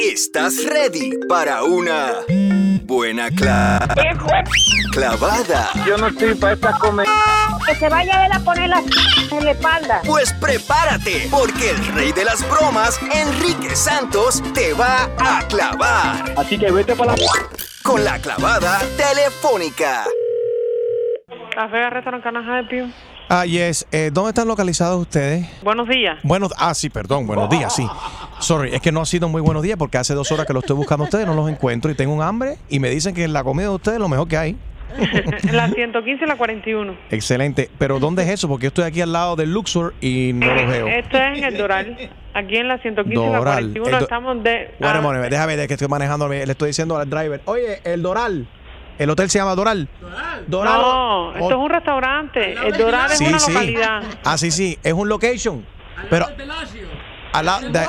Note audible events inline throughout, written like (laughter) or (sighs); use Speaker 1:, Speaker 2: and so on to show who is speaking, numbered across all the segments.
Speaker 1: ¿Estás ready para una buena cla- clavada?
Speaker 2: Yo no estoy para esta comer.
Speaker 3: Que se vaya a él a poner la en la espalda.
Speaker 1: Pues prepárate, porque el rey de las bromas, Enrique Santos, te va a clavar
Speaker 2: Así que vete para la...
Speaker 1: con la clavada telefónica.
Speaker 4: Café Restaurant Can I help you?
Speaker 5: Ah, yes. Eh, ¿Dónde están localizados ustedes?
Speaker 4: Buenos días.
Speaker 5: Buenos, ah, sí, perdón, buenos días, sí. Sorry, es que no ha sido muy buenos días porque hace dos horas que los estoy buscando a ustedes, no los encuentro y tengo un hambre y me dicen que la comida de ustedes es lo mejor que hay.
Speaker 4: la 115 y la 41.
Speaker 5: Excelente, pero ¿dónde es eso? Porque yo estoy aquí al lado del Luxor y no lo veo.
Speaker 4: Esto es en el Doral. Aquí en la 115 y la
Speaker 5: Doral.
Speaker 4: 41
Speaker 5: El do-
Speaker 4: estamos de...
Speaker 5: Bueno,
Speaker 4: ah,
Speaker 5: bueno, déjame ver que estoy manejando, le estoy diciendo al driver, oye, el Doral, el hotel se llama Doral. Doral.
Speaker 4: no, esto es
Speaker 5: o-
Speaker 4: un restaurante. El Doral es
Speaker 5: Sí,
Speaker 4: una
Speaker 5: sí.
Speaker 4: localidad.
Speaker 5: Ah, sí, sí, es un location. Pero al lado de-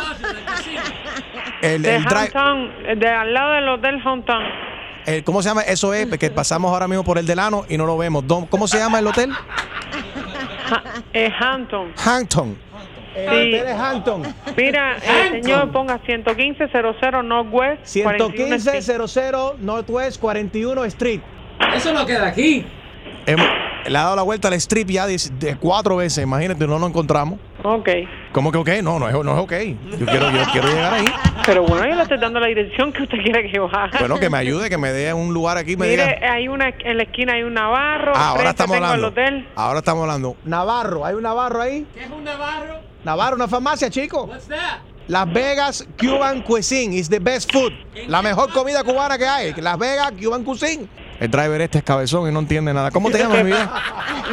Speaker 5: el,
Speaker 4: De
Speaker 5: el drive-
Speaker 4: Hometown, de al lado del Hotel Hometown.
Speaker 5: el- Eh, ¿Cómo se llama? Eso es que pasamos ahora mismo por el Delano y no lo vemos. Don- ¿Cómo se llama el hotel?
Speaker 4: Es Hampton.
Speaker 5: Hampton. El
Speaker 4: Sí.
Speaker 5: hotel es Hampton.
Speaker 4: Mira, el señor ponga 11500 Northwest 41 Street.
Speaker 5: 11500 Northwest 41 Street.
Speaker 2: Eso no queda aquí.
Speaker 5: Hemos- le ha dado la vuelta al strip ya de, de cuatro veces. Imagínate, no lo encontramos.
Speaker 4: Ok.
Speaker 5: ¿Cómo que ok? No, no es, no es ok. Yo quiero, yo quiero llegar ahí.
Speaker 4: Pero bueno, yo le estoy dando la dirección que usted quiere que yo haga.
Speaker 5: Bueno, que me ayude, que me dé un lugar aquí. Me diga.
Speaker 4: Mire, hay una, en la esquina hay un Navarro.
Speaker 5: Ah, ahora
Speaker 4: frente
Speaker 5: estamos
Speaker 4: tengo
Speaker 5: hablando.
Speaker 4: el hotel.
Speaker 5: Ahora estamos hablando. Navarro, hay un Navarro ahí. ¿Qué es un Navarro? Navarro, una farmacia, chico. Las Vegas Cuban Cuisine is the best food. La mejor comida cubana que hay. Las Vegas Cuban Cuisine. El driver este es cabezón y no entiende nada. ¿Cómo te (laughs) llamas, mi vida?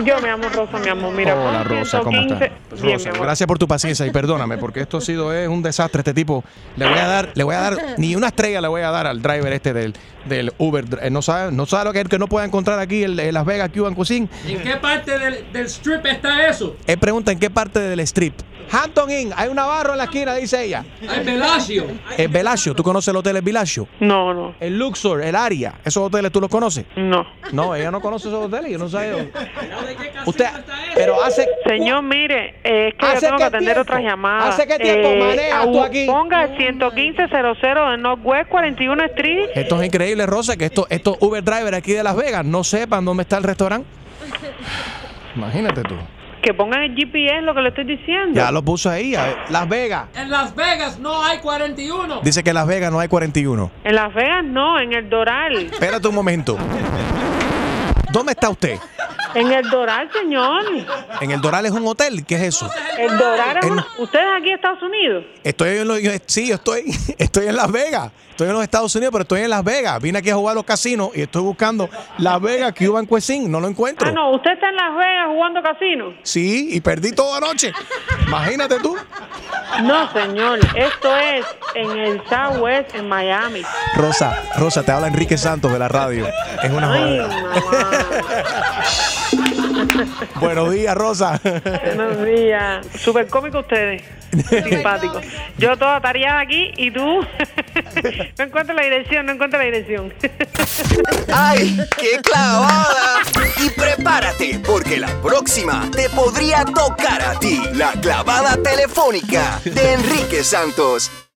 Speaker 4: Yo me llamo Rosa, mi amor. Mira,
Speaker 5: Hola,
Speaker 4: pon
Speaker 5: Rosa, ¿cómo estás?
Speaker 4: 115. Bien, mi
Speaker 5: Rosa,
Speaker 4: amor.
Speaker 5: gracias por tu paciencia y perdóname porque esto ha sido es un desastre este tipo. Le voy a dar, le voy a dar ni una estrella le voy a dar al driver este del, del Uber. Eh, No sabe, no sabe lo que es que no pueda encontrar aquí en en Las Vegas Cuban Cuisine.
Speaker 2: ¿En qué parte del, del strip está eso?
Speaker 5: Él pregunta en qué parte del strip. Hampton Inn, hay un barro en la esquina, dice ella.
Speaker 2: Al Velasio.
Speaker 5: El Velacio, Eh, ¿tú conoces el hotel El Velacio?
Speaker 4: No, no,
Speaker 5: El Luxor, el Aria, ¿esos hoteles tú los conoces?
Speaker 4: no.
Speaker 5: No, ella no conoce esos hoteles, yo no sé. Usted, pero hace.
Speaker 4: Señor, mire, eh, es que yo
Speaker 5: ¿Hace
Speaker 4: tengo que
Speaker 5: qué
Speaker 4: atender
Speaker 5: tiempo?
Speaker 4: otras llamadas.
Speaker 5: ¿Hace qué tiempo manejas
Speaker 4: au-
Speaker 5: tú aquí?
Speaker 4: Ponga el 11500 de Northwest 41 Street.
Speaker 5: Esto es increíble, Rosa, que estos, estos Uber drivers aquí de Las Vegas no sepan dónde está el restaurante. (sighs) Imagínate tú.
Speaker 4: Que pongan el GPS, lo que le estoy diciendo.
Speaker 5: Ya lo puso ahí, a ver, Las Vegas.
Speaker 2: En Las Vegas no hay 41.
Speaker 5: Dice que en Las Vegas no hay 41.
Speaker 4: En Las Vegas no, en el Doral.
Speaker 5: Espérate un momento. ¿Dónde está usted?
Speaker 4: en el Doral, señor.
Speaker 5: ¿En el Doral es un hotel? ¿Qué es eso?
Speaker 4: El Doral es
Speaker 5: En-
Speaker 4: una... ¿Ustedes aquí en Estados Unidos? Ah,
Speaker 5: Estoy en los, yo- sí, yo estoy, (laughs) estoy en Las Vegas. Estoy en los Estados Unidos, pero estoy en Las Vegas. Vine aquí a jugar a los casinos y estoy buscando Las Vegas Cuban Cuisine. No lo encuentro.
Speaker 4: Ah, no, usted está en Las Vegas jugando casino.
Speaker 5: Sí, y perdí toda noche. Imagínate tú.
Speaker 4: No, señor, esto es en el Southwest, en Miami.
Speaker 5: Rosa, Rosa, te habla Enrique Santos de la radio. Es una
Speaker 4: Ay,
Speaker 5: joda.
Speaker 4: mamá.
Speaker 5: Buenos días, Rosa.
Speaker 4: (laughs) Buenos días. Súper cómico ustedes. Simpático. Yo toda tareada aquí y tú. (laughs) no encuentro la dirección, no encuentro la dirección. (laughs)
Speaker 1: ¡Ay, qué clavada! Y prepárate, porque la próxima te podría tocar a ti la clavada telefónica de Enrique Santos.